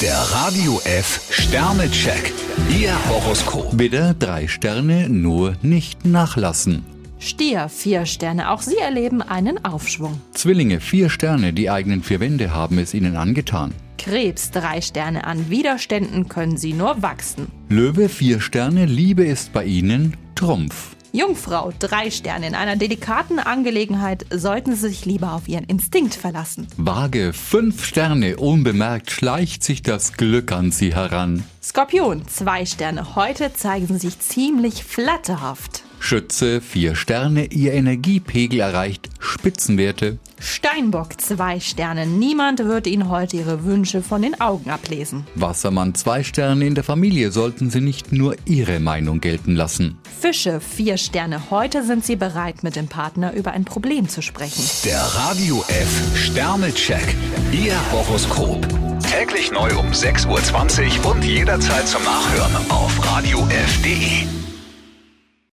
Der Radio F Sternecheck. Ihr Horoskop. Bitte drei Sterne nur nicht nachlassen. Stier, vier Sterne, auch Sie erleben einen Aufschwung. Zwillinge, vier Sterne, die eigenen vier Wände haben es ihnen angetan. Krebs, drei Sterne, an Widerständen können Sie nur wachsen. Löwe, vier Sterne, Liebe ist bei ihnen Trumpf. Jungfrau, drei Sterne, in einer delikaten Angelegenheit sollten Sie sich lieber auf Ihren Instinkt verlassen. Waage, fünf Sterne, unbemerkt schleicht sich das Glück an sie heran. Skorpion, zwei Sterne, heute zeigen Sie sich ziemlich flatterhaft. Schütze, vier Sterne, ihr Energiepegel erreicht Spitzenwerte. Steinbock, zwei Sterne, niemand wird Ihnen heute Ihre Wünsche von den Augen ablesen. Wassermann, zwei Sterne, in der Familie sollten sie nicht nur ihre Meinung gelten lassen. Fische, vier Sterne, heute sind Sie bereit, mit dem Partner über ein Problem zu sprechen. Der Radio F Sternecheck. Ihr Horoskop. Täglich neu um 6.20 Uhr und jederzeit zum Nachhören auf Radio F.